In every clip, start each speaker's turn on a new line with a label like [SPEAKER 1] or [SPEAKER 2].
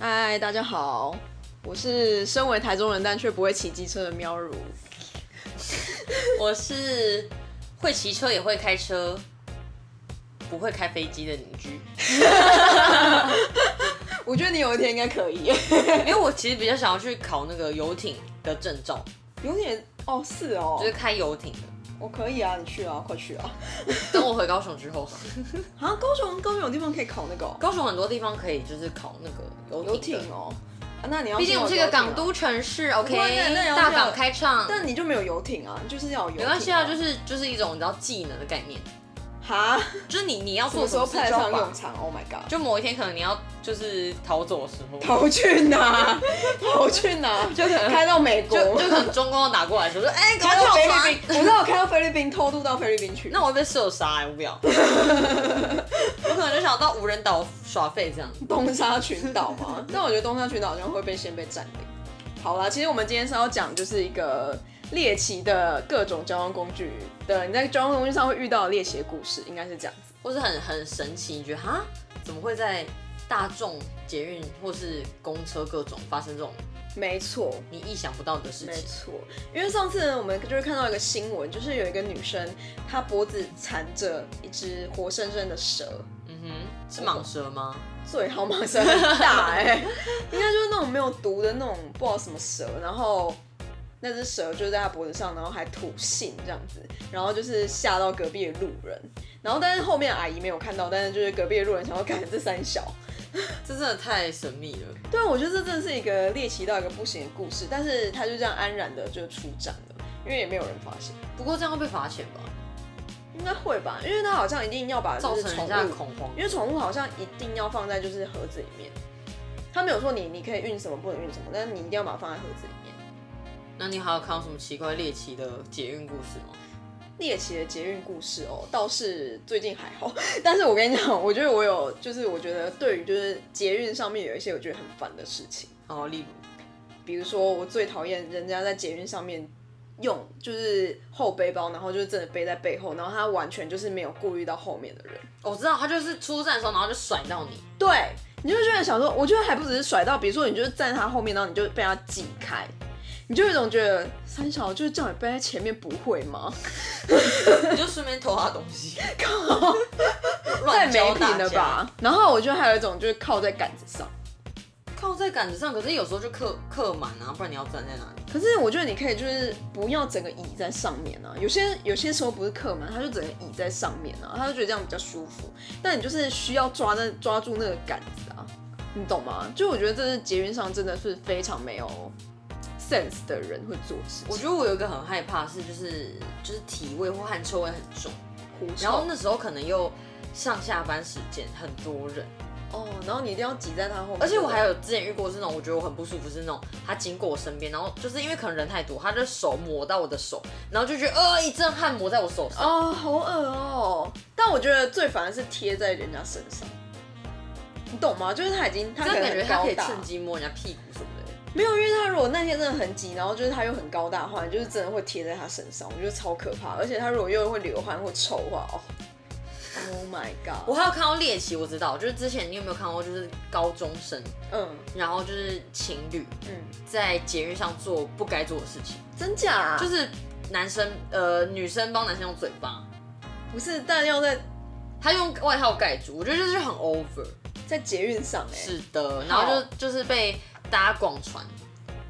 [SPEAKER 1] 嗨，大家好，我是身为台中人但却不会骑机车的喵如。
[SPEAKER 2] 我是会骑车也会开车，不会开飞机的邻居。
[SPEAKER 1] 我觉得你有一天应该可以，
[SPEAKER 2] 因为我其实比较想要去考那个游艇的证照，
[SPEAKER 1] 有点哦，是哦，
[SPEAKER 2] 就是开游艇的。
[SPEAKER 1] 我可以啊，你去啊，快去啊！
[SPEAKER 2] 等我回高雄之后，
[SPEAKER 1] 啊，高雄高雄有地方可以考那个、哦、
[SPEAKER 2] 高雄很多地方可以就是考那个
[SPEAKER 1] 游
[SPEAKER 2] 游艇
[SPEAKER 1] 艇
[SPEAKER 2] 的。
[SPEAKER 1] 哦、啊那你要
[SPEAKER 2] 毕竟我们是一
[SPEAKER 1] 先有
[SPEAKER 2] 个
[SPEAKER 1] 游艇啊
[SPEAKER 2] 港，都城市，OK，
[SPEAKER 1] 会那那要
[SPEAKER 2] 大港开唱，
[SPEAKER 1] 但你就没有游艇啊，你就是要有游艇、
[SPEAKER 2] 没关系啊，就是就是一种你知道技能的概念，
[SPEAKER 1] 哈，
[SPEAKER 2] 就是你你要
[SPEAKER 1] 什
[SPEAKER 2] 做
[SPEAKER 1] 么
[SPEAKER 2] 什
[SPEAKER 1] 时候
[SPEAKER 2] 么事
[SPEAKER 1] 派
[SPEAKER 2] 就要
[SPEAKER 1] 上
[SPEAKER 2] 把
[SPEAKER 1] 用，场？Oh my god！
[SPEAKER 2] 就某一天可能你要就是逃走的时候，
[SPEAKER 1] 跑去哪？ 跑去哪？ 就
[SPEAKER 2] 可能
[SPEAKER 1] 开到美国，
[SPEAKER 2] 就就可能中共要打过来 的时候，说哎，赶
[SPEAKER 1] 开到
[SPEAKER 2] 快跳
[SPEAKER 1] 菲
[SPEAKER 2] 船
[SPEAKER 1] 律， 宾，我知道我开到菲律宾，偷渡到菲律宾去。
[SPEAKER 2] 那我会被射杀、欸，我 不要。我可能就想到无人岛耍废这样。
[SPEAKER 1] 东沙群岛嘛，但我觉得东沙群岛好像会被先被占领。好啦，其实我们今天是要讲就是一个猎奇的各种交通工具的，你在交通工具上会遇到的猎奇的故事，应该是这样子。
[SPEAKER 2] 或是很很神奇，你觉得哈，怎么会在大众捷运或是公车各种发生这种
[SPEAKER 1] 没错，
[SPEAKER 2] 你意想不到的事
[SPEAKER 1] 没
[SPEAKER 2] 情？
[SPEAKER 1] 错，因为上次呢，我们就是看到一个新闻，就是有一个女生，她脖子缠着一只活生生的蛇，
[SPEAKER 2] 嗯哼，是蟒蛇吗？
[SPEAKER 1] 最好蟒蛇很大哎、应该就是那种没有毒的那种不知道什么蛇，然后那只蛇就在他脖子上，然后还吐信这样子，然后就是吓到隔壁的路人，然后但是后面的阿姨没有看到，但是就是隔壁的路人想要赶这三小，
[SPEAKER 2] 这真的太神秘了。
[SPEAKER 1] 对啊，我觉得这真的是一个猎奇到一个不行的故事，但是他就这样安然的就出站了，因为也没有人发现，
[SPEAKER 2] 不过这样会被罚钱吧？
[SPEAKER 1] 应该会吧，因为他好像一定要把
[SPEAKER 2] 造
[SPEAKER 1] 就是
[SPEAKER 2] 成
[SPEAKER 1] 宠
[SPEAKER 2] 人家
[SPEAKER 1] 物
[SPEAKER 2] 的恐慌
[SPEAKER 1] 因。为宠物好像一定要放在就是盒子里面，他没有说你你可以运什么不能运什么，但是你一定要把它放在盒子里面。
[SPEAKER 2] 那你还有看到什么奇怪猎奇的捷运故事吗？
[SPEAKER 1] 猎奇的捷运故事哦，倒是最近还好，但是我跟你讲，我觉得我有就是我觉得对于就是捷运上面有一些我觉得很烦的事情，
[SPEAKER 2] 哦，例如，
[SPEAKER 1] 比如说我最讨厌人家在捷运上面。用就是后背包，然后就是真的背在背后，然后他完全就是没有顾虑到后面的人，
[SPEAKER 2] 哦我知道他就是出站的时候，然后就甩到你。
[SPEAKER 1] 对，你就会觉得想说，我觉得还不只是甩到，比如说你就是站在他后面，然后你就被他挤开，你就有一种觉得三小就是叫你背在前面不会吗？
[SPEAKER 2] 你就顺便偷他东 西，
[SPEAKER 1] 太
[SPEAKER 2] 乱
[SPEAKER 1] 没
[SPEAKER 2] 教
[SPEAKER 1] 品
[SPEAKER 2] 大
[SPEAKER 1] 了
[SPEAKER 2] 家。
[SPEAKER 1] 吧？然后我觉得还有一种就是靠在杆子上，
[SPEAKER 2] 靠在杆子上，可是有时候就刻刻满啊，不然你要站在哪里？
[SPEAKER 1] 可是我觉得你可以就是不要整个倚在上面啊，有些有些时候不是客满，他就整个倚在上面啊，他就觉得这样比较舒服。但你就是需要抓那抓住那个杆子啊，你懂吗？就我觉得这是捷运上真的是非常没有 sense 的人会做的事情。
[SPEAKER 2] 我觉得我有一个很害怕的是，就是就是体味或汗臭味很重，
[SPEAKER 1] 狐臭
[SPEAKER 2] 然后那时候可能又上下班时间很多人，
[SPEAKER 1] 哦，然后你一定要挤在他后面。
[SPEAKER 2] 而且我还
[SPEAKER 1] 有
[SPEAKER 2] 有之前遇过是那种我觉得我很不舒服，是那种他经过我身边，然后就是因为可能人太多，他的手抹到我的手，然后就觉得呃一阵汗抹在我手上，
[SPEAKER 1] 哦，好恶哦。但我觉得最烦的是贴在人家身上，你懂吗？就是他已经他
[SPEAKER 2] 真
[SPEAKER 1] 可
[SPEAKER 2] 的
[SPEAKER 1] 能
[SPEAKER 2] 感觉
[SPEAKER 1] 很
[SPEAKER 2] 他可
[SPEAKER 1] 高
[SPEAKER 2] 以
[SPEAKER 1] 大
[SPEAKER 2] 趁，机摸人家屁股什么的，
[SPEAKER 1] 没有，因为他如果那天真的很挤，然后就是他又很高大的话，你就是真的会贴在他身上，我觉得超可怕。而且他如果又会流汗或臭的话，哦，Oh my
[SPEAKER 2] 我
[SPEAKER 1] god，
[SPEAKER 2] 还有看到猎奇，我知道，就是之前你有没有看过，就是高中生，
[SPEAKER 1] 嗯
[SPEAKER 2] 然后就是情侣
[SPEAKER 1] 嗯，
[SPEAKER 2] 在捷运上做不该做的事情，
[SPEAKER 1] 真假、啊？
[SPEAKER 2] 就是是男生呃女生帮男生用嘴巴。
[SPEAKER 1] 不是，但要在
[SPEAKER 2] 他用外套盖住，我觉得就是很 over。
[SPEAKER 1] 在捷运上哎、
[SPEAKER 2] 是的，然后就就是被大家广传，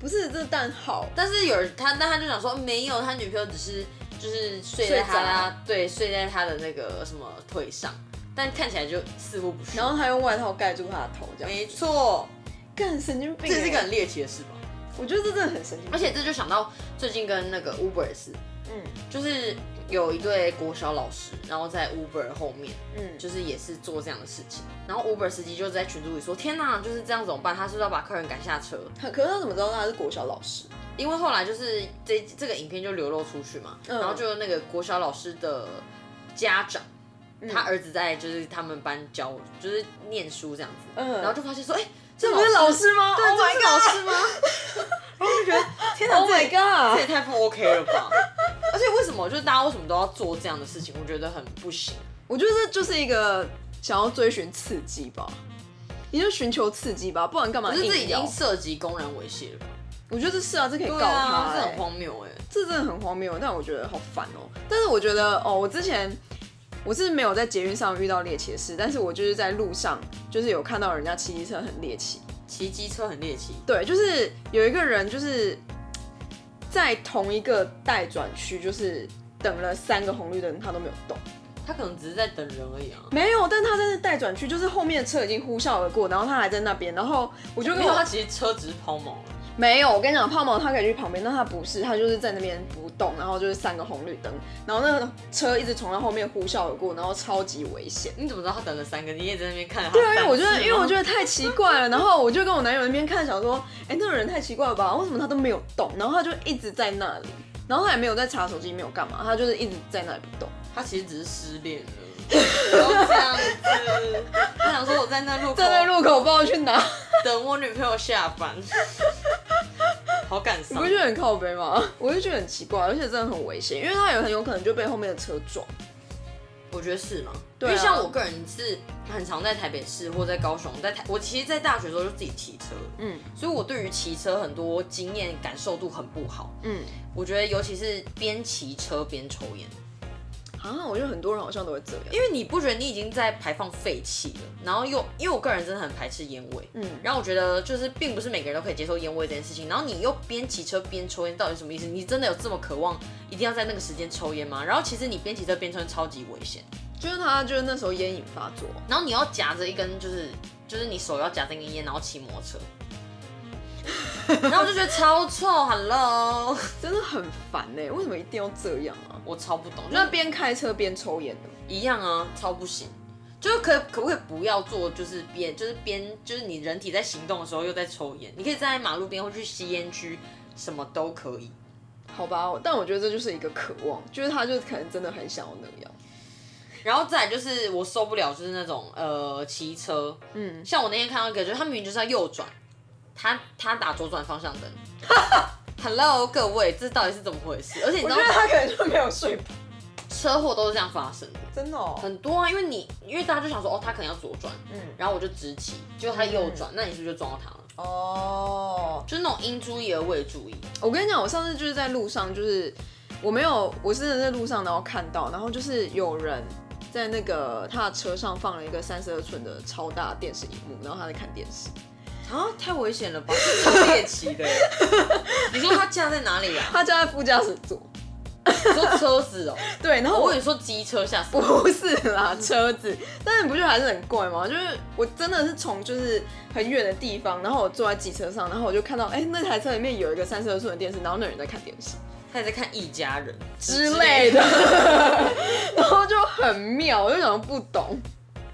[SPEAKER 1] 不是这蛋好，
[SPEAKER 2] 但是有人他，但他就想说没有，他女朋友只是就是睡在
[SPEAKER 1] 睡着
[SPEAKER 2] 他对睡在他的那个什么腿上，但看起来就似乎不是。
[SPEAKER 1] 然后他用外套盖住他的头，这样
[SPEAKER 2] 没错，
[SPEAKER 1] 干神经病、
[SPEAKER 2] 这
[SPEAKER 1] 欸，
[SPEAKER 2] 是一个很猎奇的事吧？
[SPEAKER 1] 我觉得这真的很神奇，
[SPEAKER 2] 而且这就想到最近跟那个 Uber 也是，
[SPEAKER 1] 嗯
[SPEAKER 2] 就是有一对国小老师，然后在 Uber 后面，
[SPEAKER 1] 嗯，
[SPEAKER 2] 就是也是做这样的事情。然后 Uber 司机就在群组里说：“天哪，就是这样怎么办？他是不是要把客人赶下车？”
[SPEAKER 1] 很可是他怎么知道他是国小老师？
[SPEAKER 2] 因为后来就是这这个影片就流露出去嘛，
[SPEAKER 1] 嗯
[SPEAKER 2] 然后就那个国小老师的家长，
[SPEAKER 1] 嗯
[SPEAKER 2] 他儿子在就是他们班教，就是念书这样子，
[SPEAKER 1] 嗯
[SPEAKER 2] 然后就发现说，哎、
[SPEAKER 1] 这
[SPEAKER 2] 这
[SPEAKER 1] 不是老师吗
[SPEAKER 2] 对，
[SPEAKER 1] ？Oh
[SPEAKER 2] 这
[SPEAKER 1] my
[SPEAKER 2] 不是老师吗？ 然后就觉得天哪
[SPEAKER 1] god！Oh
[SPEAKER 2] 这
[SPEAKER 1] my
[SPEAKER 2] 也这
[SPEAKER 1] god！
[SPEAKER 2] 也太不 OK 了吧！而且为什么就是大家为什么都要做这样的事情？我觉得很不行。
[SPEAKER 1] 我觉得这就是一个想要追寻刺激吧，你就寻求刺激吧，不然干嘛
[SPEAKER 2] 可是这
[SPEAKER 1] 硬
[SPEAKER 2] 已经
[SPEAKER 1] 要？
[SPEAKER 2] 涉及公然猥亵了吧？
[SPEAKER 1] 我觉得这是啊，这可以告
[SPEAKER 2] 对啊
[SPEAKER 1] 他、
[SPEAKER 2] 这
[SPEAKER 1] 欸
[SPEAKER 2] 很荒谬哎、
[SPEAKER 1] 这真的很荒谬，但我觉得好烦哦、但是我觉得哦，我之前我是没有在捷运上遇到猎奇的事，但是我就是在路上，就是有看到人家骑机车很猎奇。
[SPEAKER 2] 骑机车很猎奇，
[SPEAKER 1] 对，就是有一个人就是在同一个待转区，就是等了三个红绿灯，他都没有动。
[SPEAKER 2] 他可能只是在等人而已啊。
[SPEAKER 1] 没有，但他在那待转区，就是后面的车已经呼啸而过，然后他还在那边，然后我就
[SPEAKER 2] 因
[SPEAKER 1] 跟
[SPEAKER 2] 为
[SPEAKER 1] 我
[SPEAKER 2] 他其实车只是抛锚了，
[SPEAKER 1] 没有，我跟你讲，胖毛他可以去旁边，但他不是，他就是在那边不动，然后就是三个红绿灯，然后那个车一直从他后面呼啸而过，然后超级危险。
[SPEAKER 2] 你怎么知道他等了三个？你也在那边看他。
[SPEAKER 1] 对啊，因为我觉得，因为我觉
[SPEAKER 2] 得，
[SPEAKER 1] 得太奇怪了，然后我就跟我男友那边看，想说，哎、那个人太奇怪了吧？为什么他都没有动？然后他就一直在那里，然后他也没有在查手机，没有干嘛，他就是一直在那里不动。
[SPEAKER 2] 他其实只是失恋了，不要这样子。 他想说我在那路口
[SPEAKER 1] 站在路口不知道去哪，
[SPEAKER 2] 等我女朋友下班， 好感
[SPEAKER 1] 你
[SPEAKER 2] 伤
[SPEAKER 1] 不。觉得很靠背吗？ 我就觉得很奇怪，而且真的很危险，因为他有很有可能就被后面的车撞。
[SPEAKER 2] 我觉得是嘛，
[SPEAKER 1] 对啊
[SPEAKER 2] 因为像我个人是很常在台北市或在高雄，在台我其实，在大学的时候就自己骑车，
[SPEAKER 1] 嗯
[SPEAKER 2] 所以我对于骑车很多经验感受度很不好。
[SPEAKER 1] 嗯，
[SPEAKER 2] 我觉得尤其是边骑车边抽烟，
[SPEAKER 1] 啊，我觉得很多人好像都会这样。
[SPEAKER 2] 因为你不觉得你已经在排放废气了，然后又因为我个人真的很排斥烟味，
[SPEAKER 1] 嗯
[SPEAKER 2] 然后我觉得就是并不是每个人都可以接受烟味这件事情，然后你又边骑车边抽烟，到底什么意思？你真的有这么渴望一定要在那个时间抽烟吗？然后其实你边骑车边抽烟超级危险，
[SPEAKER 1] 就是他，就是那时候烟瘾发作，
[SPEAKER 2] 然后你要夹着一根就是就是你手要夹着一根烟，然后骑摩托车。 然后我就觉得超臭，Hello，
[SPEAKER 1] 真的很烦呢、为什么一定要这样啊？
[SPEAKER 2] 我超不懂，就是
[SPEAKER 1] 那边开车边抽烟的，
[SPEAKER 2] 一样啊，超不行。就是可可不可以不要做，就是边就是边就是你人体在行动的时候又在抽烟，你可以站在马路边或去吸烟区，什么都可以。
[SPEAKER 1] 好吧？我但我觉得这就是一个渴望，就是他就可能真的很想要那样。
[SPEAKER 2] 然后再来就是我受不了，就是那种呃骑车，
[SPEAKER 1] 嗯，
[SPEAKER 2] 像我那天看到一个，就是他明明就是要右转，他他打左转方向灯。Hello，各位，这到底是怎么回事？而且你
[SPEAKER 1] 我
[SPEAKER 2] 知
[SPEAKER 1] 觉
[SPEAKER 2] 道
[SPEAKER 1] 得他可能就没有睡饱，
[SPEAKER 2] 车祸都是这样发生的，
[SPEAKER 1] 真的、哦。
[SPEAKER 2] 很多啊，因为你因为大家就想说哦，他可能要左转，
[SPEAKER 1] 嗯，
[SPEAKER 2] 然后我就直骑，结果他右转，那你是不是就撞到他了？
[SPEAKER 1] 哦，
[SPEAKER 2] 就是那种应注意而未注意，
[SPEAKER 1] 我跟你讲，我上次就是在路上，就是我没有，我真的在路上然后看到，然后就是有人。在那个他的车上放了一个三十二寸的超大电视荧幕，然后他在看电视，
[SPEAKER 2] 啊，太危险了吧？这是猎奇的耶。 你说它架在哪里啊？
[SPEAKER 1] 他就在副驾驶座。
[SPEAKER 2] 你说车子哦、
[SPEAKER 1] 对，然后
[SPEAKER 2] 我
[SPEAKER 1] 我
[SPEAKER 2] 跟你说机车吓死我。
[SPEAKER 1] 不是啦，车子，但是你不觉得还是很怪吗？就是我真的是从就是很远的地方，然后我坐在机车上，然后我就看到，哎、那台车里面有一个三十二寸的电视，然后那人在看电视
[SPEAKER 2] 他也在看一家人
[SPEAKER 1] 之类的， 然后就很妙，我就想说不懂，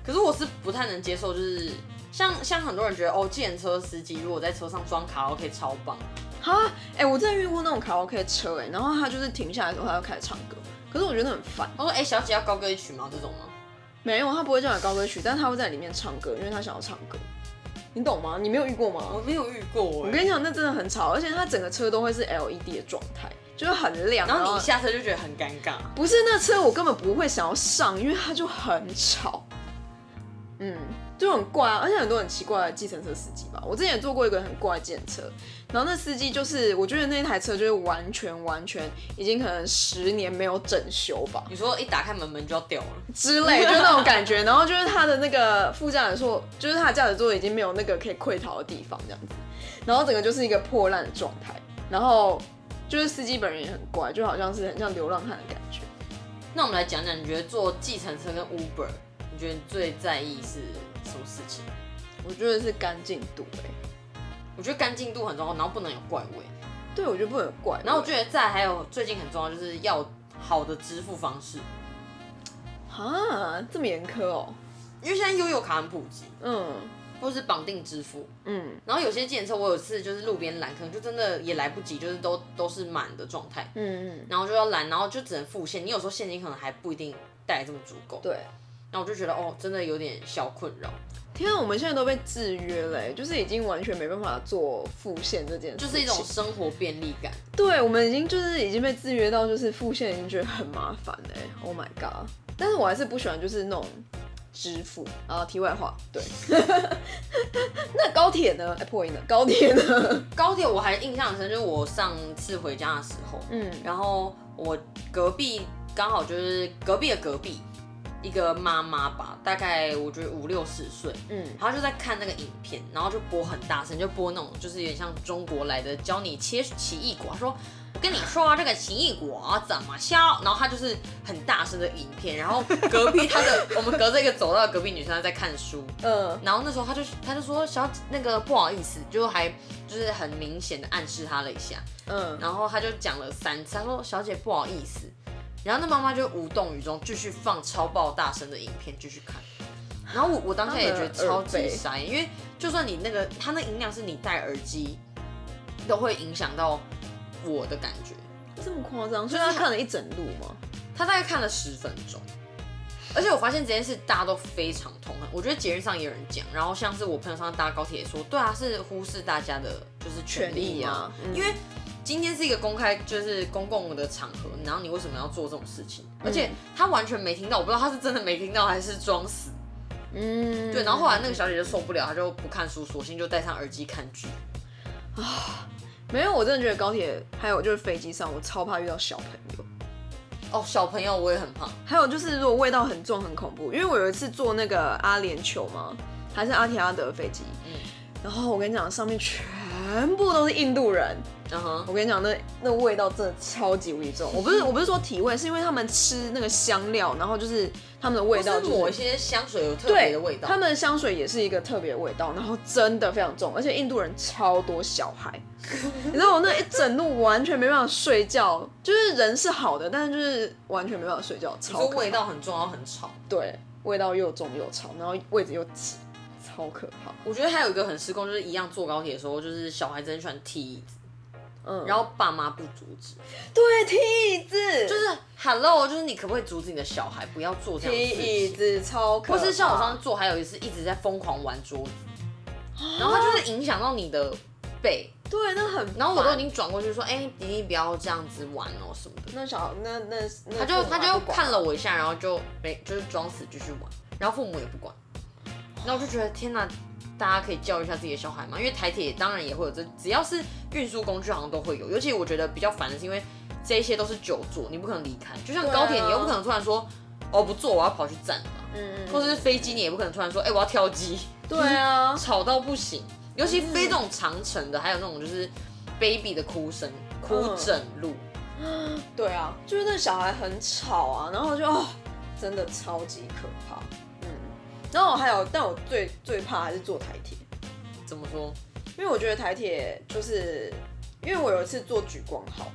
[SPEAKER 2] 可是我是不太能接受，就是像像很多人觉得哦，计程车司机如果在车上装卡拉 OK 超棒，
[SPEAKER 1] 哈，哎、我真的遇过那种卡拉 OK 的车、哎，然后他就是停下来的时候，他就开始唱歌，可是我觉得很烦，
[SPEAKER 2] 他说哎、小姐要高歌一曲吗？这种吗？
[SPEAKER 1] 没有，他不会叫你高歌曲，但是他会在里面唱歌，因为他想要唱歌，你懂吗？你没有遇过吗？
[SPEAKER 2] 我没有遇过
[SPEAKER 1] 我
[SPEAKER 2] 哎、
[SPEAKER 1] 跟你讲，那真的很吵，而且它整个车都会是 LED 的状态，就是很亮。
[SPEAKER 2] 然后你一下车就觉得很尴尬，
[SPEAKER 1] 不是那车，我根本不会想要上，因为它就很吵。嗯，就很怪啊，而且很多很奇怪的计程车司机吧。我之前也坐过一个很怪的计程车，然后那司机就是，我觉得那台车就是完全完全已经可能十年没有整修吧
[SPEAKER 2] 你说一打开门门就要掉了，
[SPEAKER 1] 之类，就那种感觉。然后就是他的那个副驾驶座，就是他的驾驶座已经没有那个可以溃逃的地方这样子，然后整个就是一个破烂的状态。然后就是司机本人也很怪，就好像是很像流浪汉的感觉。
[SPEAKER 2] 那我们来讲讲，你觉得坐计程车跟 Uber，你觉得你最在意是什么事情？
[SPEAKER 1] 我觉得是干净度哎、欸，
[SPEAKER 2] 我觉得干净度很重要，然后不能有怪味。
[SPEAKER 1] 对我觉得不能有怪味。
[SPEAKER 2] 然后我觉得再还有最近很重要，就是要好的支付方式，
[SPEAKER 1] 啊，这么严苛哦、
[SPEAKER 2] 因为现在悠游卡很普及，
[SPEAKER 1] 嗯
[SPEAKER 2] 或是绑定支付。
[SPEAKER 1] 嗯
[SPEAKER 2] 然后有些检测，我有一次就是路边拦，可能就真的也来不及，就是都都是满的状态，
[SPEAKER 1] 嗯嗯，
[SPEAKER 2] 然后就要拦，然后就只能付现。你有时候现金可能还不一定带这么足够。
[SPEAKER 1] 对。
[SPEAKER 2] 然后我就觉得哦，真的有点小困扰，
[SPEAKER 1] 天啊，我们现在都被制约了欸、就是已经完全没办法做复现这件事情，
[SPEAKER 2] 就是一种生活便利感。
[SPEAKER 1] 对，我们已经就是已经被制约到，就是付现已经觉得很麻烦哎、o h my god！但是我还是不喜欢就是那种支付啊。题外话，对。 那高铁呢？哎，破音了。高铁呢？
[SPEAKER 2] 高铁我还印象很深，就是我上次回家的时候，
[SPEAKER 1] 嗯，
[SPEAKER 2] 然后我隔壁刚好就是隔壁的隔壁一个妈妈吧，大概我觉得五六十岁，
[SPEAKER 1] 嗯
[SPEAKER 2] 她就在看那个影片，然后就播很大声，就播那种就是有点像中国来的教你切奇异果，她说。我跟你说、啊这个奇异果啊怎么削？然后她就是很大声的影片，然后隔壁她的我们隔着一个走道，隔壁女生她在看书，
[SPEAKER 1] 嗯
[SPEAKER 2] 然后那时候她就她就说小那个不好意思，就还就是很明显的暗示她了一下，
[SPEAKER 1] 嗯，
[SPEAKER 2] 然后他就讲了三次，他说：“小姐，不好意思。”然后那妈妈就无动于衷，继续放超爆大声的影片继续看。然后我我当下也觉得超级傻眼，因为就算你那个他那音量是你戴耳机，都会影响到我的感觉。
[SPEAKER 1] 这么夸张？所以他看了一整路吗？
[SPEAKER 2] 他大概看了十分钟，而且我发现这件事大家都非常痛恨。我觉得节日上也有人讲，然后像是我朋友上搭高铁也说，对啊，是忽视大家的就是权
[SPEAKER 1] 权利
[SPEAKER 2] 利啊，
[SPEAKER 1] 啊嗯
[SPEAKER 2] 因为今天是一个公开就是公共的场合，然后你为什么要做这种事情？
[SPEAKER 1] 嗯
[SPEAKER 2] 而且他完全没听到，我不知道他是真的没听到还是装死。
[SPEAKER 1] 嗯，
[SPEAKER 2] 对，然后后来那个小姐就受不了，她就不看书，索性就戴上耳机看剧。
[SPEAKER 1] 没有，我真的觉得高铁还有就是飞机上，我超怕遇到小朋友。
[SPEAKER 2] 哦，小朋友我也很怕，
[SPEAKER 1] 还有就是，如果味道很重，很恐怖。因为我有一次坐那个阿联酋嘛，还是阿提阿德的飞机，
[SPEAKER 2] 嗯
[SPEAKER 1] 然后我跟你讲，上面全部都是印度人。
[SPEAKER 2] 嗯哼，
[SPEAKER 1] 我跟你讲，那那味道真的超级无敌重。我不是我不是说体味，是因为他们吃那个香料，然后就是他们的味
[SPEAKER 2] 或
[SPEAKER 1] 道
[SPEAKER 2] 是
[SPEAKER 1] 就是
[SPEAKER 2] 抹一些香水有特别
[SPEAKER 1] 对
[SPEAKER 2] 的味道，
[SPEAKER 1] 他们的香水也是一个特别的味道，然后真的非常重，而且印度人超多小孩， 你知道我那一整路完全没办法睡觉，就是人是好的，但是就是完全没办法睡觉，
[SPEAKER 2] 你
[SPEAKER 1] 超
[SPEAKER 2] 说
[SPEAKER 1] 可怕
[SPEAKER 2] 味道很重要很吵。
[SPEAKER 1] 对，味道又重又吵，然后位置又挤，超可怕。
[SPEAKER 2] 我觉得还有一个很失控，就是一样坐高铁的时候，就是小孩子很喜欢踢椅子，
[SPEAKER 1] 嗯，
[SPEAKER 2] 然后爸妈不阻止，
[SPEAKER 1] 对踢椅子，
[SPEAKER 2] 就是 hello，就是你可不可以阻止你的小孩不要做这样的
[SPEAKER 1] 踢
[SPEAKER 2] 事
[SPEAKER 1] 椅
[SPEAKER 2] 情？
[SPEAKER 1] 子超可
[SPEAKER 2] 或
[SPEAKER 1] 怕。
[SPEAKER 2] 是像我上次坐，还有一次一直在疯狂玩 桌子，然后它就是影响到你的背，
[SPEAKER 1] 对，那很烦，
[SPEAKER 2] 然后我都已经转过去说，哎、迪迪不要这样子玩哦什么的，
[SPEAKER 1] 那小那那那
[SPEAKER 2] 他就
[SPEAKER 1] 父母
[SPEAKER 2] 他
[SPEAKER 1] 还
[SPEAKER 2] 就
[SPEAKER 1] 不管
[SPEAKER 2] 看了我一下，然后就没就是装死继续玩，然后父母也不管，然后我就觉得天哪，大家可以教育一下自己的小孩嘛，因为台铁当然也会有这，只要是运输工具好像都会有，尤其我觉得比较烦的是因为这些都是久坐，你不可能离开，就像
[SPEAKER 1] 对啊
[SPEAKER 2] 高铁你又不可能突然说哦不坐我要跑去站了吧，
[SPEAKER 1] 嗯
[SPEAKER 2] 或者是飞机你也不可能突然说哎、我要跳机，
[SPEAKER 1] 对啊，
[SPEAKER 2] 吵到不行，尤其飞这种长程的，还有那种就是 baby 的哭声，哭整路。
[SPEAKER 1] 对啊，就是那小孩很吵啊，然后就哦，真的超级可怕。嗯，然后我还有，但我最最怕还是坐台铁，
[SPEAKER 2] 怎么说？
[SPEAKER 1] 因为我觉得台铁就是，因为我有一次坐莒光号，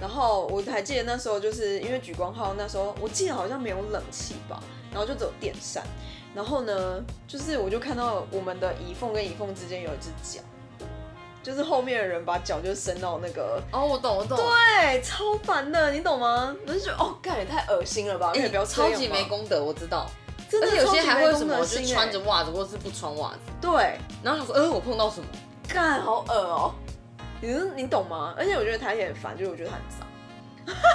[SPEAKER 1] 然后我还记得那时候就是因为莒光号那时候我记得好像没有冷气吧，然后就只有电扇，然后呢，就是我就看到我们的椅缝跟椅缝之间有一只脚，就是后面的人把脚就伸到那个
[SPEAKER 2] 哦，我懂，我懂。
[SPEAKER 1] 对，哎超烦的，你懂吗？我就觉得哦，干也太恶心了吧，
[SPEAKER 2] 哎
[SPEAKER 1] 可以不要这样
[SPEAKER 2] 超
[SPEAKER 1] 吗
[SPEAKER 2] 级没，公德，我知道。
[SPEAKER 1] 真的
[SPEAKER 2] 而且有些
[SPEAKER 1] 超级
[SPEAKER 2] 还
[SPEAKER 1] 没
[SPEAKER 2] 会
[SPEAKER 1] 公
[SPEAKER 2] 什么，
[SPEAKER 1] 德
[SPEAKER 2] 就是
[SPEAKER 1] 心
[SPEAKER 2] 穿
[SPEAKER 1] 哎
[SPEAKER 2] 着袜子或是不穿袜子，
[SPEAKER 1] 对，
[SPEAKER 2] 然后想说，呃，我碰到什么？
[SPEAKER 1] 干好恶哦、你是你懂吗？而且我觉得台铁很烦，就是我觉得它很脏。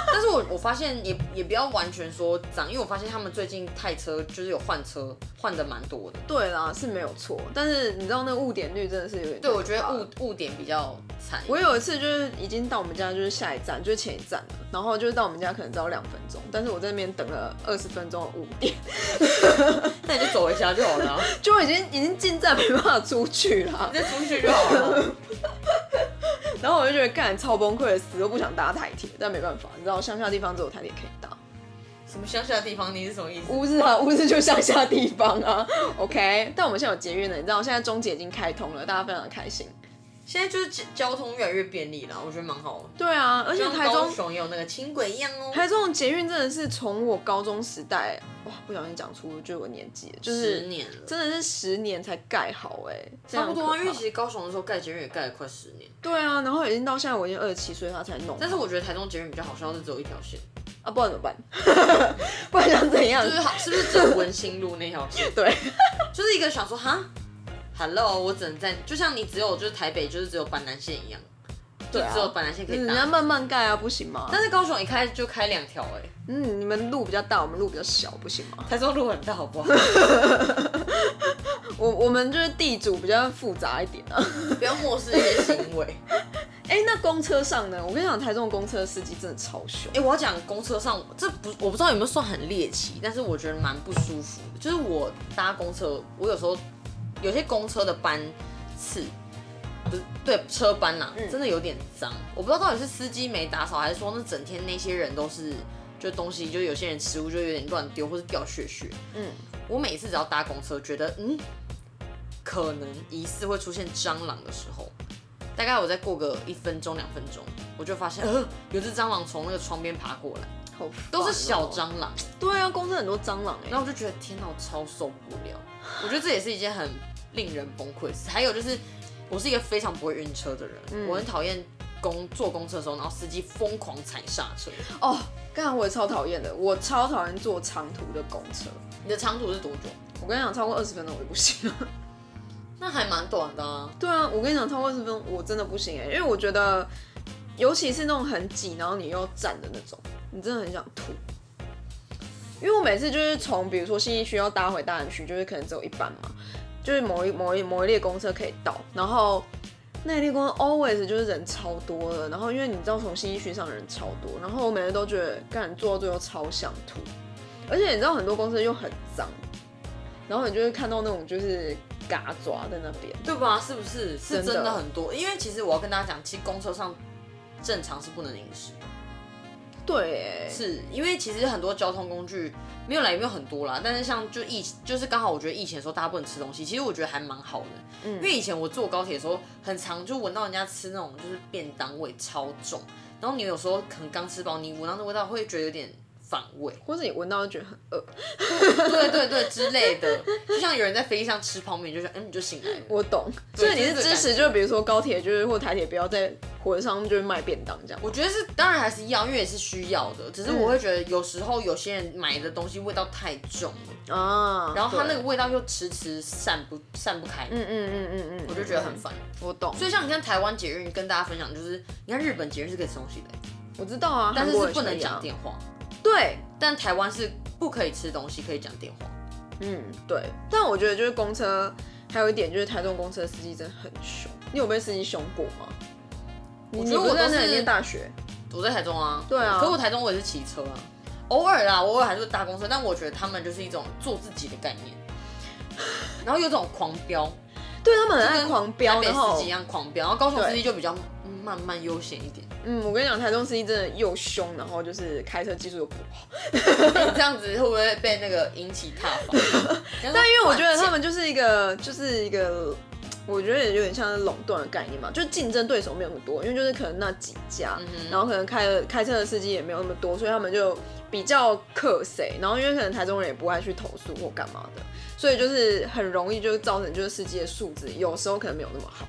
[SPEAKER 2] 但是我我发现也也不要完全说脏，因为我发现他们最近泰车就是有换车，换的蛮多的。
[SPEAKER 1] 对啦，是没有错，但是你知道那个误点率真的是有点
[SPEAKER 2] 对，我觉
[SPEAKER 1] 太
[SPEAKER 2] 得
[SPEAKER 1] 可怕了
[SPEAKER 2] 误误点比较惨。
[SPEAKER 1] 我有一次就是已经到我们家，就是下一站，就是前一站了，然后就是到我们家可能只要两分钟，但是我在那边等了二十分钟的误点，
[SPEAKER 2] 那你就走回家就好了啊，
[SPEAKER 1] 就已经已经进站没办法出去了
[SPEAKER 2] 你。再出去就好了。
[SPEAKER 1] 然后我就觉得干超崩溃，死都不想搭台铁，但没办法，你知道乡下地方只有台铁可以搭。
[SPEAKER 2] 什么乡下的地方？你是什么意思？
[SPEAKER 1] 乌日啊，乌日就乡下地方啊，OK。但我们现在有捷运了，你知道现在中捷已经开通了，大家非常的开心。
[SPEAKER 2] 现在就是交交通越来越便利了，我觉得蛮好的。
[SPEAKER 1] 对啊，而且
[SPEAKER 2] 就像
[SPEAKER 1] 台
[SPEAKER 2] 高
[SPEAKER 1] 中
[SPEAKER 2] 雄也有那个轻轨一样哦。
[SPEAKER 1] 台中的捷运真的是从我高中时代，哇，不小心讲出就我年纪了，就
[SPEAKER 2] 十
[SPEAKER 1] 是
[SPEAKER 2] 年了，
[SPEAKER 1] 真的是十年才盖好哎、
[SPEAKER 2] 差不多
[SPEAKER 1] 这样很
[SPEAKER 2] 啊。
[SPEAKER 1] 可怕
[SPEAKER 2] 因为其实高雄的时候盖捷运也盖了快十年。
[SPEAKER 1] 对啊，然后已经到现在我已经二十七岁，他才弄，
[SPEAKER 2] 但是我觉得台中捷运比较好笑，是只有一条线，
[SPEAKER 1] 啊，不然怎么办？ 不然想怎样
[SPEAKER 2] 就？是 好是不是只有文心路那条线？
[SPEAKER 1] 对，
[SPEAKER 2] 就是一个想说哈，Hello，我只能在，就像你只有就是台北就是只有板南线一样，就
[SPEAKER 1] 对啊
[SPEAKER 2] 只有板南线可以
[SPEAKER 1] 人家
[SPEAKER 2] 搭。
[SPEAKER 1] 慢慢盖啊，不行吗？
[SPEAKER 2] 但是高雄一开就开两条哎，
[SPEAKER 1] 嗯，你们路比较大，我们路比较小，不行吗？
[SPEAKER 2] 台中路很大好不好？
[SPEAKER 1] 我我们就是地主比较复杂一点啊。
[SPEAKER 2] 不要漠视一些行为。
[SPEAKER 1] 哎、那公车上呢？我跟你讲，台中的公车司机真的超凶
[SPEAKER 2] 哎、。我要讲公车上，这不我不知道有没有算很猎奇，但是我觉得蛮不舒服的。就是我搭公车，我有时候有些公车的班次，不是对车班呐、
[SPEAKER 1] 嗯
[SPEAKER 2] 真的有点脏。我不知道到底是司机没打扫，还是说那整天那些人都是就东西，就有些人食物就有点乱丢，或是掉屑屑。
[SPEAKER 1] 嗯，
[SPEAKER 2] 我每次只要搭公车，觉得嗯，可能疑似会出现蟑螂的时候，大概我再过个一分钟两分钟，我就发现呃，有只蟑螂从那个窗边爬过来，
[SPEAKER 1] 好、哦
[SPEAKER 2] 都是小。蟑螂，
[SPEAKER 1] 对啊，公车很多蟑螂哎、
[SPEAKER 2] 然后我就觉得天哪，我超受不了。我觉得这也是一件很令人崩溃的事。还有就是，我是一个非常不会晕车的人，我很讨厌。公坐公车的时候，然后司机疯狂踩刹车。
[SPEAKER 1] 哦，刚才我也超讨厌的，我超讨厌坐长途的公车。
[SPEAKER 2] 你的长途是多久？
[SPEAKER 1] 我跟你讲，超过二十分钟我就不行了。
[SPEAKER 2] 那还蛮短的啊。
[SPEAKER 1] 对啊，我跟你讲，超过二十分钟我真的不行哎、因为我觉得，尤其是那种很挤，然后你又站的那种，你真的很想吐。因为我每次就是从比如说信义区要搭回大安区，就是可能只有一班嘛，就是某一某一某一列公车可以到，然后那一列公车 always 就是人超多的，然后因为你知道从信义区上人超多，然后我每次都觉得干坐到最后超想吐，而且你知道很多公车又很脏，然后你就会看到那种就是嘎爪在那边。
[SPEAKER 2] 对吧？是不是？是
[SPEAKER 1] 真的
[SPEAKER 2] 真的很多，因为其实我要跟大家讲，其实公车上正常是不能饮食的，
[SPEAKER 1] 对，
[SPEAKER 2] 是因为其实很多交通工具没有来也没有很多啦，但是像就疫就是刚好我觉得疫情的时候大家不能吃东西，其实我觉得还蛮好的，
[SPEAKER 1] 嗯
[SPEAKER 2] 因为以前我坐高铁的时候，很常就闻到人家吃那种就是便当味超重，然后你有时候可能刚吃饱，你闻到那味道会觉得有点反 胃，
[SPEAKER 1] 或者你闻到就觉得很饿。
[SPEAKER 2] 对对对之类的，就像有人在飞机上吃泡面，你就是嗯你就醒来了。
[SPEAKER 1] 我懂，所
[SPEAKER 2] 对
[SPEAKER 1] 以你是
[SPEAKER 2] 就是这
[SPEAKER 1] 支
[SPEAKER 2] 个
[SPEAKER 1] 持，
[SPEAKER 2] 感
[SPEAKER 1] 就比如说高铁，就是或台铁不要在火车上就是卖便当这样。
[SPEAKER 2] 我觉得是，当然还是要，因为也是需要的。只是我会觉得有时候有些人买的东西味道太重了，
[SPEAKER 1] 啊，
[SPEAKER 2] 然后它那
[SPEAKER 1] 对
[SPEAKER 2] 个，味道又迟迟散不散不开，
[SPEAKER 1] 嗯嗯嗯嗯嗯，
[SPEAKER 2] 我就觉得很烦。
[SPEAKER 1] 我懂，
[SPEAKER 2] 所以像你看台湾捷运，跟大家分享就是，你看日本捷运是可以吃东西的，
[SPEAKER 1] 我知道啊，
[SPEAKER 2] 但是
[SPEAKER 1] 韩国
[SPEAKER 2] 是
[SPEAKER 1] 也
[SPEAKER 2] 不能
[SPEAKER 1] 一样
[SPEAKER 2] 讲。电话，
[SPEAKER 1] 对，
[SPEAKER 2] 但台湾是不可以吃东西，可以讲电话。
[SPEAKER 1] 嗯对，但我觉得就是公车还有一点就是台中公车司机真的很凶，你有被司机凶过吗？你
[SPEAKER 2] 觉得
[SPEAKER 1] 你不
[SPEAKER 2] 我
[SPEAKER 1] 在
[SPEAKER 2] 都
[SPEAKER 1] 那里
[SPEAKER 2] 是
[SPEAKER 1] 念大学，
[SPEAKER 2] 我在台中啊，
[SPEAKER 1] 对啊
[SPEAKER 2] 可我台中我也是骑车啊，偶尔啦，偶尔还是会搭公车，但我觉得他们就是一种做自己的概念，然后有种狂飙。
[SPEAKER 1] 对他们很
[SPEAKER 2] 就
[SPEAKER 1] 爱
[SPEAKER 2] 跟
[SPEAKER 1] 狂飙，
[SPEAKER 2] 台
[SPEAKER 1] 然
[SPEAKER 2] 北司
[SPEAKER 1] 后
[SPEAKER 2] 机一样狂飙，然后高雄司机就比较嗯慢慢悠闲一点。
[SPEAKER 1] 嗯，我跟你讲，台中司机真的又凶，然后就是开车技术又不好。
[SPEAKER 2] 你这样子会不会被那个引起踏 伐？但
[SPEAKER 1] 但因为我觉得他们就是一个，就是一个，我觉得也有点像是垄断的概念嘛，就是竞争对手没有那么多，因为就是可能那几家，然后可能开开车的司机也没有那么多，所以他们就比较克谁。然后因为可能台中人也不爱去投诉或干嘛的，所以就是很容易就造成就是司机的素质有时候可能没有那么好。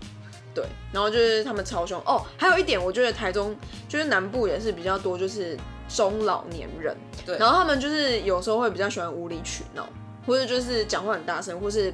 [SPEAKER 1] 对，然后就是他们超凶哦。还有一点，我觉得台中就是南部也是比较多，就是中老年人，
[SPEAKER 2] 对
[SPEAKER 1] 然后他们就是有时候会比较喜欢无理取闹，或者就是讲话很大声，或是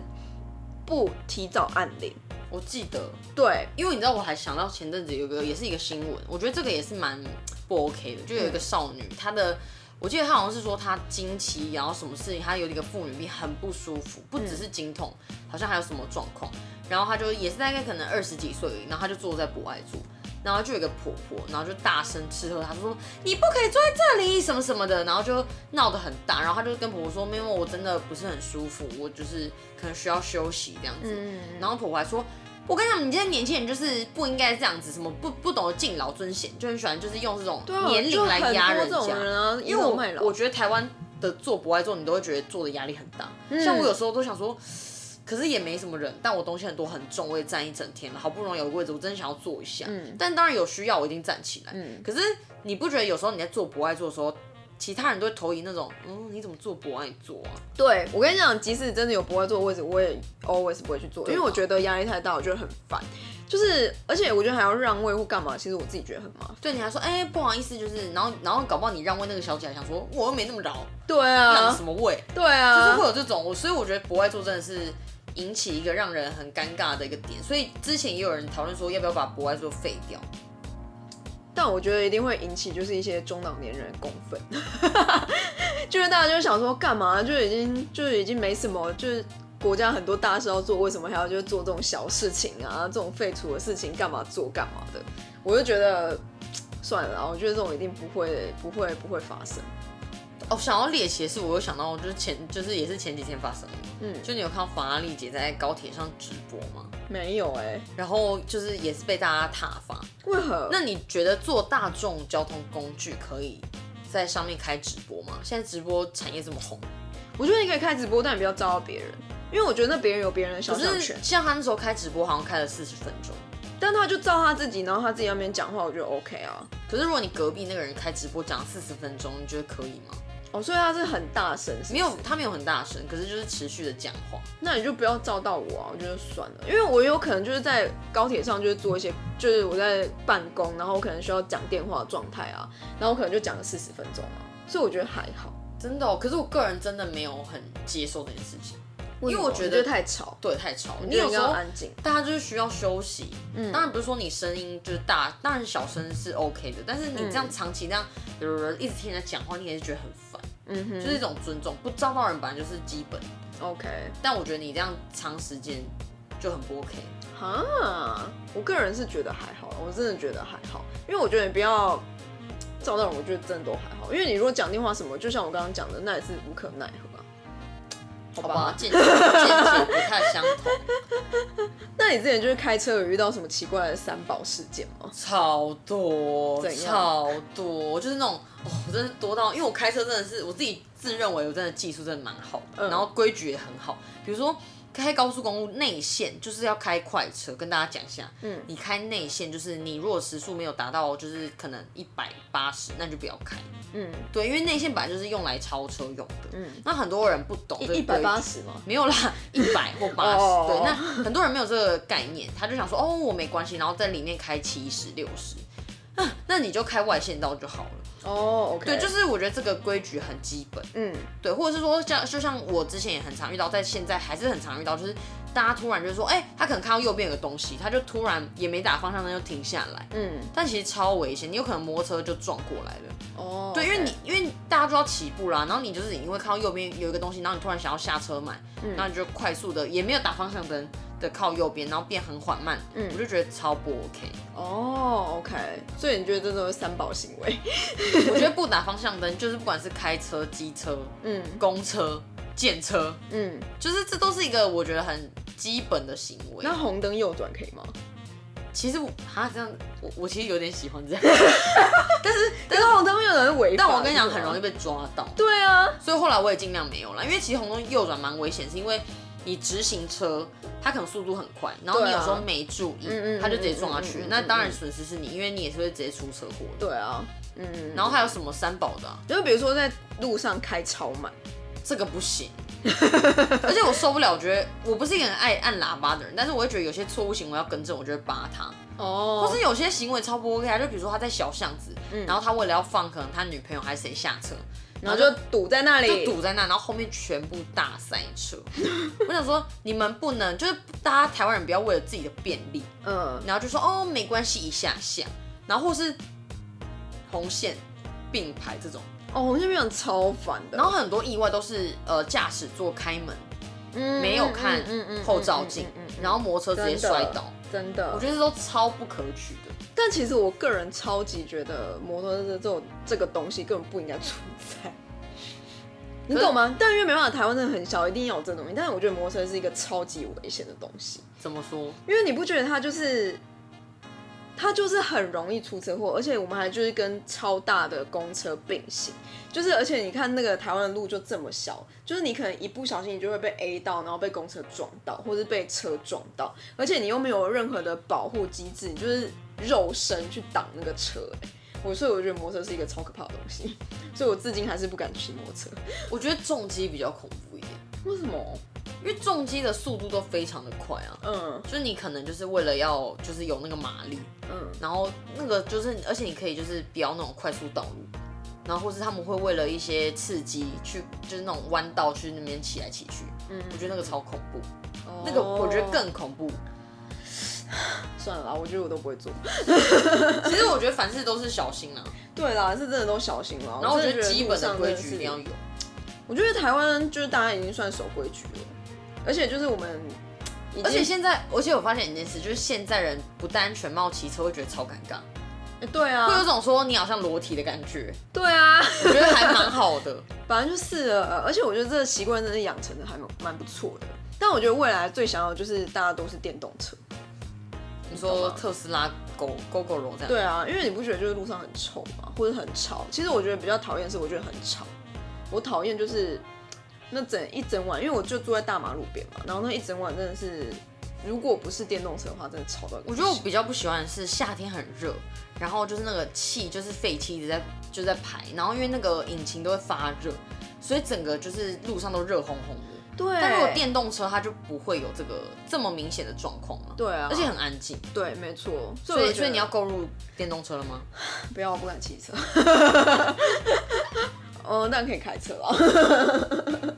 [SPEAKER 1] 不提早按铃。
[SPEAKER 2] 我记得，
[SPEAKER 1] 对，
[SPEAKER 2] 因为你知道，我还想到前阵子有个也是一个新闻，我觉得这个也是蛮不 OK 的，就有一个少女，她的。我记得她好像是说她经期，然后什么事情，她有一个妇女病很不舒服，不只是经痛，好像还有什么状况。然后她就也是大概可能二十几岁而已，然后她就坐在博爱座，然后就有一个婆婆，然后就大声斥喝她，说你不可以坐在这里什么什么的，然后就闹得很大。然后她就跟婆婆说，没有，我真的不是很舒服，我就是可能需要休息这样子。然后婆婆还说。我跟你讲，你现在年轻人就是不应该这样子，什么不不懂得敬老尊贤，就很喜欢就是用这种
[SPEAKER 1] 对啊，
[SPEAKER 2] 年龄
[SPEAKER 1] 就
[SPEAKER 2] 来
[SPEAKER 1] 很
[SPEAKER 2] 压
[SPEAKER 1] 多
[SPEAKER 2] 人家。
[SPEAKER 1] 这种人啊，
[SPEAKER 2] 因
[SPEAKER 1] 倚
[SPEAKER 2] 为
[SPEAKER 1] 老
[SPEAKER 2] 我
[SPEAKER 1] 卖老。
[SPEAKER 2] 我觉得台湾的做不爱做，你都会觉得做的压力很大。
[SPEAKER 1] 嗯
[SPEAKER 2] 像我有时候都想说，可是也没什么人，但我东西很多很重，我也站一整天了，好不容易有个位置，我真的想要坐一下。
[SPEAKER 1] 嗯
[SPEAKER 2] 但当然有需要，我一定站起来。可是你不觉得有时候你在做不爱做的时候，其他人都会投以那种，嗯，你怎么做不爱做啊？
[SPEAKER 1] 对我跟你讲，即使真的有不会坐的位置，我也 always 不会去坐，因为
[SPEAKER 2] 对啊
[SPEAKER 1] 我觉得压力太大，我觉得很烦。就是，而且我觉得还要让位或干嘛，其实我自己觉得很麻烦。
[SPEAKER 2] 对，你还说，哎、不好意思，就是，然后然后搞不好你让位那个小姐还想说，我又没那么老，
[SPEAKER 1] 对
[SPEAKER 2] 让
[SPEAKER 1] 啊
[SPEAKER 2] 什，么位？
[SPEAKER 1] 对
[SPEAKER 2] 就是
[SPEAKER 1] 啊
[SPEAKER 2] 会，有这种，我所以我觉得不爱做真的是引起一个让人很尴尬的一个点，所以之前也有人讨论说要不要把不爱做废掉，
[SPEAKER 1] 但我觉得一定会引起就是一些中老年人的公愤， 就是大家就想说干嘛，就已经就是已经没什么，就是国家很多大事要做，为什么还要就是做这种小事情啊，这种废除的事情干嘛做干嘛的？我就觉得算了啦，我觉得这种一定不会不会不会发生。
[SPEAKER 2] 哦，想到猎奇的事，我又想到就是前就是也是前几天发生的，
[SPEAKER 1] 嗯，
[SPEAKER 2] 就你有看到法拉利姐在高铁上直播吗？
[SPEAKER 1] 没有哎、
[SPEAKER 2] 然后就是也是被大家挞伐。
[SPEAKER 1] 为何？
[SPEAKER 2] 那你觉得做大众交通工具可以在上面开直播吗？现在直播产业这么红，
[SPEAKER 1] 我觉得你可以开直播，但你不要招到别人，因为我觉得那别人有别人的肖
[SPEAKER 2] 可
[SPEAKER 1] 像
[SPEAKER 2] 是
[SPEAKER 1] 权。
[SPEAKER 2] 像他那时候开直播好像开了四十分钟，
[SPEAKER 1] 但他就照他自己，然后他自己那边讲话，我觉得 OK 啊。
[SPEAKER 2] 可是如果你隔壁那个人开直播讲四十分钟，你觉得可以吗？
[SPEAKER 1] 哦，所以他是很大声，是不是
[SPEAKER 2] 没有，他没有很大声，可是就是持续的讲话。
[SPEAKER 1] 那你就不要照到我啊，我觉得算了，因为我有可能就是在高铁上就是做一些，就是我在办公，然后我可能需要讲电话的状态啊，然后我可能就讲了四十分钟啊，所以我觉得还好，
[SPEAKER 2] 真的、哦，可是我个人真的没有很接受这件事情，
[SPEAKER 1] 因
[SPEAKER 2] 为我觉得
[SPEAKER 1] 太吵，
[SPEAKER 2] 对，太吵。
[SPEAKER 1] 我
[SPEAKER 2] 你
[SPEAKER 1] 觉得
[SPEAKER 2] 有
[SPEAKER 1] 应
[SPEAKER 2] 时
[SPEAKER 1] 该要
[SPEAKER 2] 候
[SPEAKER 1] 安静。
[SPEAKER 2] 大家就是需要休息，
[SPEAKER 1] 嗯
[SPEAKER 2] 当然不是说你声音就是大，当然小声是 OK 的，但是你这样长期这样、呃一直听人家讲话，你也是觉得很烦，
[SPEAKER 1] 嗯哼，
[SPEAKER 2] 就是一种尊重，不招到人本来就是基本，
[SPEAKER 1] OK
[SPEAKER 2] 但我觉得你这样长时间就很不 OK。
[SPEAKER 1] 哈，我个人是觉得还好，啊我真的觉得还好，因为我觉得你不要照到人，我觉得真的都还好，因为你如果讲电话什么，就像我刚刚讲的，那也是无可奈何啊。
[SPEAKER 2] 好
[SPEAKER 1] 吧
[SPEAKER 2] 吧，见解见解不太相同，
[SPEAKER 1] 那你之前就是开车有遇到什么奇怪的三宝事件吗？
[SPEAKER 2] 超多
[SPEAKER 1] 怎样
[SPEAKER 2] 超多，就是那种哦，我真的多到，因为我开车真的是我自己自认为我真的技术真的蛮好的，
[SPEAKER 1] 嗯
[SPEAKER 2] 然后规矩也很好，比如说。开高速公路内线就是要开快车，跟大家讲一下。
[SPEAKER 1] 嗯
[SPEAKER 2] 嗯，你开内线就是你如果时速没有达到就是可能一百八十，那你就不要开。
[SPEAKER 1] 嗯
[SPEAKER 2] 对，因为内线本来就是用来超车用的。
[SPEAKER 1] 嗯
[SPEAKER 2] 嗯，那很多人不懂这个
[SPEAKER 1] 一一百
[SPEAKER 2] 规矩
[SPEAKER 1] 八十吗？
[SPEAKER 2] 没有啦，一百或八
[SPEAKER 1] 哦
[SPEAKER 2] 十，对，那很多人没有这个概念，他就想说哦，我没关系，然后在里面开七十、六十，啊，那你就开外线道就好了。
[SPEAKER 1] 哦，OK，
[SPEAKER 2] 对，就是我觉得这个规矩很基本，
[SPEAKER 1] 嗯
[SPEAKER 2] 对，或者是说像就像我之前也很常遇到，在现在还是很常遇到，就是大家突然就说，哎、他可能看到右边有个东西，他就突然也没打方向灯就停下来，
[SPEAKER 1] 嗯，
[SPEAKER 2] 但其实超危险，你有可能摩托车就撞过来了。
[SPEAKER 1] 哦，
[SPEAKER 2] 对，因为你因为大家都要起步啦，然后你就是因为看到右边有一个东西，然后你突然想要下车买，
[SPEAKER 1] 嗯
[SPEAKER 2] 然后你就快速的也没有打方向灯的靠右边，然后变很缓慢，
[SPEAKER 1] 嗯
[SPEAKER 2] 我就觉得超不 OK。
[SPEAKER 1] 哦，OK，所以你觉得这都是三宝行为？
[SPEAKER 2] 我觉得不打方向灯就是不管是开车、机车、
[SPEAKER 1] 嗯
[SPEAKER 2] 公车、电车，
[SPEAKER 1] 嗯，
[SPEAKER 2] 就是这都是一个我觉得很基本的行为
[SPEAKER 1] 那。红灯右转可以吗？
[SPEAKER 2] 其实我啊这样，我我其实有点喜欢这 样，
[SPEAKER 1] 但是红灯右转是违法
[SPEAKER 2] 但
[SPEAKER 1] 的，
[SPEAKER 2] 我跟你讲
[SPEAKER 1] 啊是吗啊
[SPEAKER 2] 很容易。被抓到，
[SPEAKER 1] 对啊，
[SPEAKER 2] 所以后来我也尽量没有了，因为其实红灯右转蛮危险，是因为你直行车它可能速度很快，然后
[SPEAKER 1] 对啊
[SPEAKER 2] 你有时候没注意，
[SPEAKER 1] 嗯嗯嗯
[SPEAKER 2] 它就直接撞下去了
[SPEAKER 1] 嗯嗯嗯嗯
[SPEAKER 2] 那当然损失是你，因为你也是会直接出车祸的。
[SPEAKER 1] 对啊，嗯，
[SPEAKER 2] 然后还有什么三宝的啊、
[SPEAKER 1] 就是比如说在路上开超慢，
[SPEAKER 2] 这个不行。 而且我受不了，我觉得我不是一个很爱按喇叭的人，但是我会觉得有些错误行为要更正，我就会扒他。
[SPEAKER 1] 哦嗯
[SPEAKER 2] 或是有些行为超不 OK 啊，就比如说他在小巷子，然后他为了要放可能他女朋友还是谁下车，
[SPEAKER 1] 然后就堵在那
[SPEAKER 2] 就
[SPEAKER 1] 里，
[SPEAKER 2] 堵在那，然后后面全部大塞车。我想说，你们不能就是大家台湾人不要为了自己的便利，
[SPEAKER 1] 嗯，
[SPEAKER 2] 然后就说哦没关系一下下，然后或是红线并排这种，
[SPEAKER 1] 哦，红线边长超烦的，
[SPEAKER 2] 然后很多意外都是呃驾驶座开门
[SPEAKER 1] 嗯
[SPEAKER 2] 没有看后照镜，然后摩托车直接摔倒，，
[SPEAKER 1] 真的真的，
[SPEAKER 2] 我觉得这都超不可取的。
[SPEAKER 1] 但其实我个人超级觉得摩托车这种这个东西根本不应该存在，你懂吗？但因为没办法，台湾真的很小，一定要有这东西。但是我觉得摩托车是一个超级危险的东西，
[SPEAKER 2] 怎么说？
[SPEAKER 1] 因为你不觉得它就是它就是很容易出车祸，而且我们还就是跟超大的公车并行，就是而且你看那个台湾的路就这么小，就是你可能一不小心你就会被 A 到，然后被公车撞到，或是被车撞到，而且你又没有任何的保护机制，你就是肉身去挡那个车、欸。我所以我觉得摩托车是一个超可怕的东西，所以我至今还是不敢骑摩托车。
[SPEAKER 2] 我觉得重击比较恐怖一点，
[SPEAKER 1] 为什么？
[SPEAKER 2] 因为重击的速度都非常的快啊。
[SPEAKER 1] 嗯
[SPEAKER 2] 就是你可能就是为了要就是有那个马力，
[SPEAKER 1] 嗯
[SPEAKER 2] 然后那个就是，而且你可以就是标那种快速道路，然后或是他们会为了一些刺激去，就是那种弯道去那边骑来骑去。
[SPEAKER 1] 嗯
[SPEAKER 2] 我觉得那个超恐怖，
[SPEAKER 1] 哦
[SPEAKER 2] 那个我觉得更恐怖。
[SPEAKER 1] 算了啦，我觉得我都不会做。
[SPEAKER 2] 其实我觉得凡事都是小心 啊啦，
[SPEAKER 1] 对啦，是真的都小心啦。
[SPEAKER 2] 然后我觉
[SPEAKER 1] 真
[SPEAKER 2] 得
[SPEAKER 1] 的
[SPEAKER 2] 基本的
[SPEAKER 1] 路上真
[SPEAKER 2] 规
[SPEAKER 1] 是
[SPEAKER 2] 矩一定要有。
[SPEAKER 1] 我觉得台湾就是大家已经算守规矩了，而且就是我们已经，
[SPEAKER 2] 而且现在，而且我发现一件事，就是现在人不戴安全帽骑车会觉得超尴尬，
[SPEAKER 1] 欸对
[SPEAKER 2] 会有
[SPEAKER 1] 啊，
[SPEAKER 2] 种说你好像裸体的感觉，
[SPEAKER 1] 对啊，
[SPEAKER 2] 我觉得还蛮好的。
[SPEAKER 1] 反正就是了。而且我觉得这个习惯真的养成的还蛮蛮不错的。但我觉得未来最想要的就是大家都是电动车。
[SPEAKER 2] 你
[SPEAKER 1] 懂
[SPEAKER 2] 说
[SPEAKER 1] 吗
[SPEAKER 2] 特斯拉、狗、狗狗罗这样，
[SPEAKER 1] 对啊，因为你不觉得就是路上很臭吗？或者很吵？其实我觉得比较讨厌的是，我觉得很吵。我讨厌就是那整一整晚，因为我就住在大马路边嘛，然后那一整晚真的是，如果不是电动车的话，真的吵到一个
[SPEAKER 2] 我
[SPEAKER 1] 不
[SPEAKER 2] 觉
[SPEAKER 1] 行。
[SPEAKER 2] 得我比较不喜欢的是夏天很热，然后就是那个气就是废气一直在就在排，然后因为那个引擎都会发热，所以整个就是路上都热烘烘的。
[SPEAKER 1] 对，
[SPEAKER 2] 但如果电动车，它就不会有这个这么明显的状况了。
[SPEAKER 1] 对啊，
[SPEAKER 2] 而且很安静，
[SPEAKER 1] 对，没错。所
[SPEAKER 2] 所
[SPEAKER 1] 以我
[SPEAKER 2] 以
[SPEAKER 1] 就觉
[SPEAKER 2] 所
[SPEAKER 1] 得
[SPEAKER 2] 以你要购入电动车了吗？
[SPEAKER 1] 不要，我不敢骑 车。嗯，但可以开车了。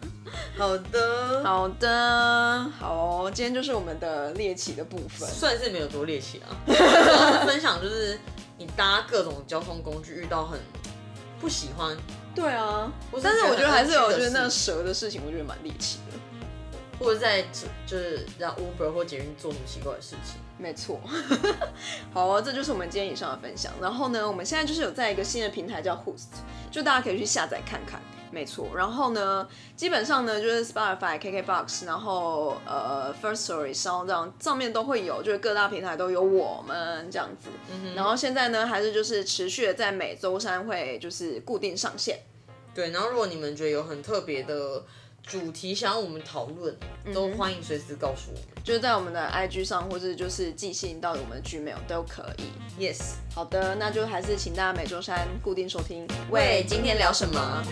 [SPEAKER 2] 好 的，
[SPEAKER 1] 好的，好哦、今天就是我们的猎奇的部分。
[SPEAKER 2] 算是没有多猎奇 啊，就是分享就是你搭各种交通工具遇到很不喜欢，
[SPEAKER 1] 对啊
[SPEAKER 2] 我，是
[SPEAKER 1] 但是
[SPEAKER 2] 觉得
[SPEAKER 1] 我觉得
[SPEAKER 2] 很
[SPEAKER 1] 还是有，
[SPEAKER 2] 有趣的
[SPEAKER 1] 就是那
[SPEAKER 2] 事
[SPEAKER 1] 蛇的事情，我觉得蛮猎奇的。
[SPEAKER 2] 或者在就是让 Uber 或捷运做什么奇怪的事情。
[SPEAKER 1] 没错， 好、啊，这就是我们今天以上的分享。然后呢，我们现在就是有在一个新的平台叫 Host，就大家可以去下载看看。没错，然后呢，基本上呢就是 Spotify、KKBox，然后呃 First Story、s o u n d 上面都会有，就是各大平台都有我们这样子。然后现在呢，还是就是持续的在每周三会就是固定上线。
[SPEAKER 2] 对，然后如果你们觉得有很特别的主题想要我们讨论，都欢迎随时告诉我们。
[SPEAKER 1] 就是在我们的 IG 上，或是就是寄信到我们的 Gmail 都可以。
[SPEAKER 2] Yes，
[SPEAKER 1] 好的，那就还是请大家每周三固定收听。
[SPEAKER 2] 喂今天聊什么？啊